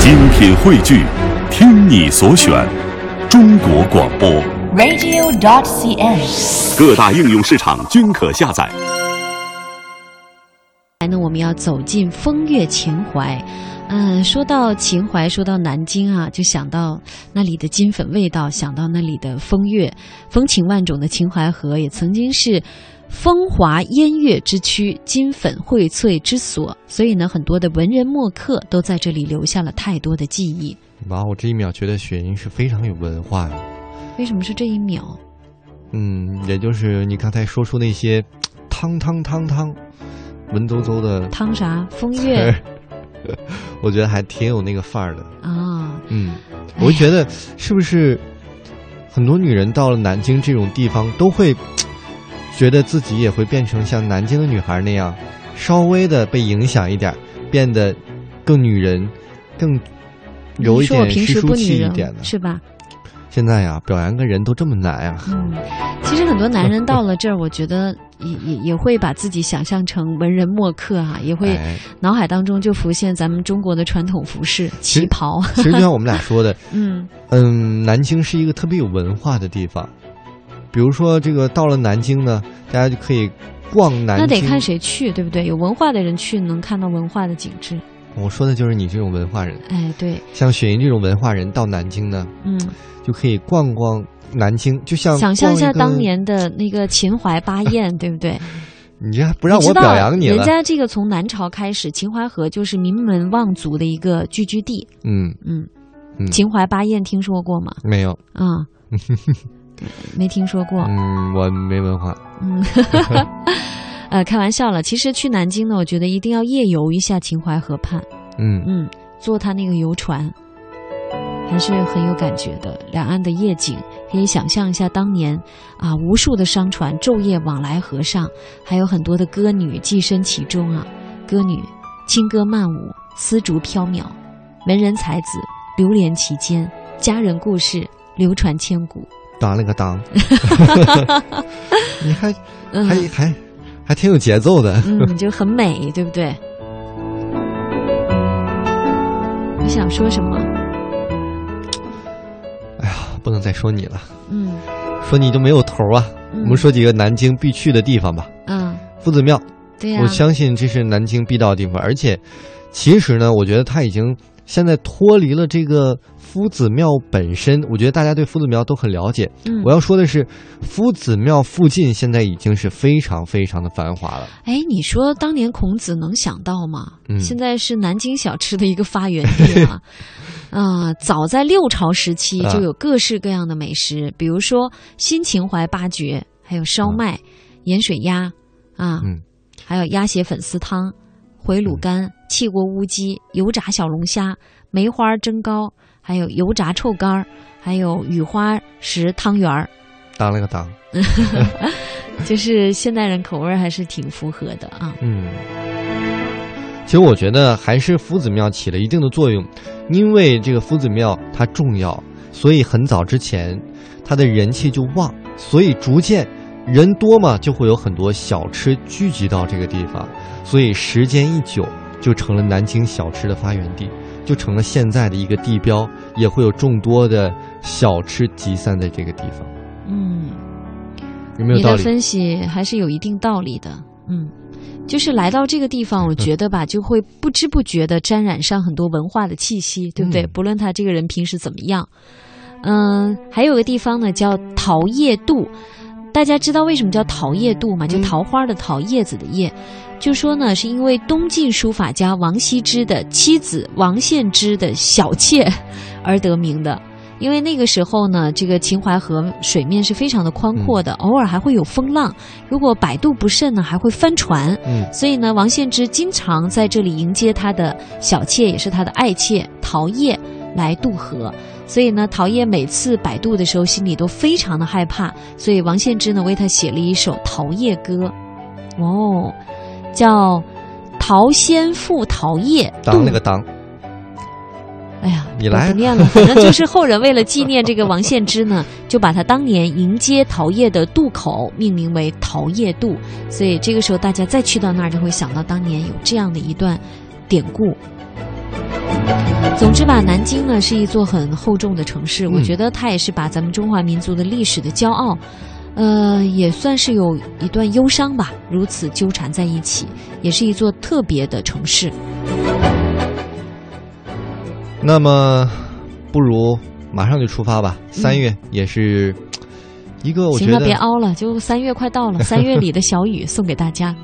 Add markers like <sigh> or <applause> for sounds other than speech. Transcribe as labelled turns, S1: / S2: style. S1: 精品汇聚，听你所选，中国广播。
S2: radio.cn。
S1: 各大应用市场均可下载。
S3: 来呢，我们要走进风月情怀。嗯，说到秦淮，说到南京啊，就想到那里的金粉味道，想到那里的风月，风情万种的秦淮河也曾经是风华烟月之区、金粉荟萃之所，所以呢，很多的文人墨客都在这里留下了太多的记忆。
S4: 哇，我这一秒觉得雪莹是非常有文化呀。
S3: 为什么是这一秒？
S4: 嗯，也就是你刚才说出那些汤汤汤汤，文绉绉的
S3: 汤啥？风
S4: <laughs>
S3: 月
S4: 我觉得还挺有那个范儿的。
S3: 啊，
S4: 嗯，我觉
S3: 哎
S4: 得是不是很多女人到了南京这种地方，都会觉得自己也会变成像南京的女孩那样，稍微的被影响一点儿，变得更女人，更有
S3: 你
S4: 一
S3: 说我
S4: 点
S3: 平
S4: 诗
S3: 时不
S4: 书
S3: 女
S4: 气一点
S3: 人
S4: 的。
S3: 是吧？
S4: 现在呀，表扬个人都这么啊难呀。
S3: 嗯，其实很多男人到了这儿，我觉得也也也会把自己想象成文人墨客啊，也会
S4: 哎
S3: 脑海当中就浮现咱们中国的传统服饰旗
S4: 其实
S3: 袍。啊
S4: 其实就像我们俩
S3: <laughs>
S4: 说的，
S3: 嗯，
S4: 嗯，南京是一个特别有文化的地方。比如说，这个到了南京呢，大家就可以逛南
S3: 那
S4: 京。
S3: 得看谁去，对不对？有文化的人去，能看到文化的景致。
S4: 我说的就是你这种文化人，
S3: 哎，对，
S4: 像雪莹这种文化人到南京呢，
S3: 嗯，
S4: 就可以逛逛南京，就像
S3: 想象一下
S4: 逛个
S3: 当，年的那个秦淮八艳，对不对？
S4: 你这还 <laughs> 不让
S3: 知
S4: 我
S3: 道
S4: 表扬你
S3: 人
S4: 了，
S3: 家这个从南朝开始，秦淮河就是名门望族的一个聚居地。
S4: 嗯
S3: 嗯，
S4: 嗯，
S3: 秦淮八艳听说过吗？
S4: 没有，
S3: 啊、对没听说过。
S4: 嗯，我没文化，
S3: 嗯， <laughs> 呃，开玩笑了。其实去南京呢，我觉得一定要夜游一下秦淮河畔，
S4: 嗯，
S3: 嗯，坐他那个游船，还是很有感觉的。两岸的夜景，可以想象一下当年啊，无数的商船昼夜往来河上，还有很多的歌女寄身其中啊，歌女轻歌曼舞，丝竹飘渺，文人才子流连其间，佳人故事流传千古。
S4: 当了
S3: <laughs>
S4: 个当， <laughs> 你还
S3: 嗯，
S4: 还还还挺有节奏的，
S3: 嗯，就很美，对不对？你想说什么？
S4: 不能再说你了，
S3: 嗯
S4: 说你就没有头儿啊。
S3: 嗯
S4: 我们说几个南京必去的地方吧，
S3: 嗯，
S4: 夫子庙，
S3: 对呀、
S4: 我相信这是南京必到的地方，而且，其实呢，我觉得它已经现在脱离了这个夫子庙本身。我觉得大家对夫子庙都很了解。
S3: 嗯
S4: 我要说的是，夫子庙附近现在已经是非常非常的繁华了。
S3: 哎，你说当年孔子能想到吗？
S4: 嗯
S3: 现在是南京小吃的一个发源地
S4: <laughs>
S3: 啊。啊、早在六朝时期
S4: 啊
S3: 就有各式各样的美食，比如说新秦淮八绝，还有烧麦、盐水鸭啊，
S4: 嗯
S3: 还有鸭血粉丝汤、回卤干、汽锅乌鸡、油炸小龙虾、梅花蒸糕，还有油炸臭干儿，还有雨花石汤圆儿，
S4: 当了个当，
S3: 就是现代人口味儿还是挺符合的啊。
S4: 嗯。其实我觉得还是夫子庙起了一定的作用，因为这个夫子庙它重要，所以很早之前它的人气就旺，所以逐渐人多嘛，就会有很多小吃聚集到这个地方，所以时间一久就成了南京小吃的发源地，就成了现在的一个地标，也会有众多的小吃集散在这个地方，
S3: 嗯，
S4: 有没有
S3: 你
S4: 道
S3: 的
S4: 理？
S3: 分析还是有一定道理的。嗯，就是来到这个地方，我觉得吧，就会不知不觉的沾染上很多文化的气息，对不对？
S4: 嗯
S3: 不论他这个人平时怎么样，嗯，还有个地方呢叫桃叶渡。大家知道为什么叫桃叶渡吗？
S4: 嗯
S3: 就桃花的桃，叶子的叶。就说呢，是因为东晋书法家王羲之的妻子王献之的小妾而得名的。因为那个时候呢，这个秦淮河水面是非常的宽阔的，偶尔还会有风浪，如果摆渡不慎呢，还会翻船。
S4: 嗯
S3: 所以呢，王献之经常在这里迎接他的小妾，也是他的爱妾陶叶来渡河。所以呢，陶叶每次摆渡的时候，心里都非常的害怕。所以王献之呢，为他写了一首《陶叶歌》，哦，叫“陶仙赋陶叶渡
S4: 当那个当，
S3: 哎呀，
S4: 你
S3: 我
S4: 来
S3: 不念
S4: <laughs>
S3: 了。反正就是后人为了纪念这个王献之呢，就把他当年迎接陶叶的渡口命名为陶叶渡，所以这个时候大家再去到那儿，就会想到当年有这样的一段典故。总之吧，南京呢是一座很厚重的城市，我
S4: 嗯
S3: 觉得它也是把咱们中华民族的历史的骄傲，呃，也算是有一段忧伤吧，如此纠缠在一起，也是一座特别的城市。
S4: 那么，不如马上就出发吧。三月也是一个，我觉
S3: 行了，
S4: 得
S3: 别凹了，就三月快到了，三月里的小雨送给大家。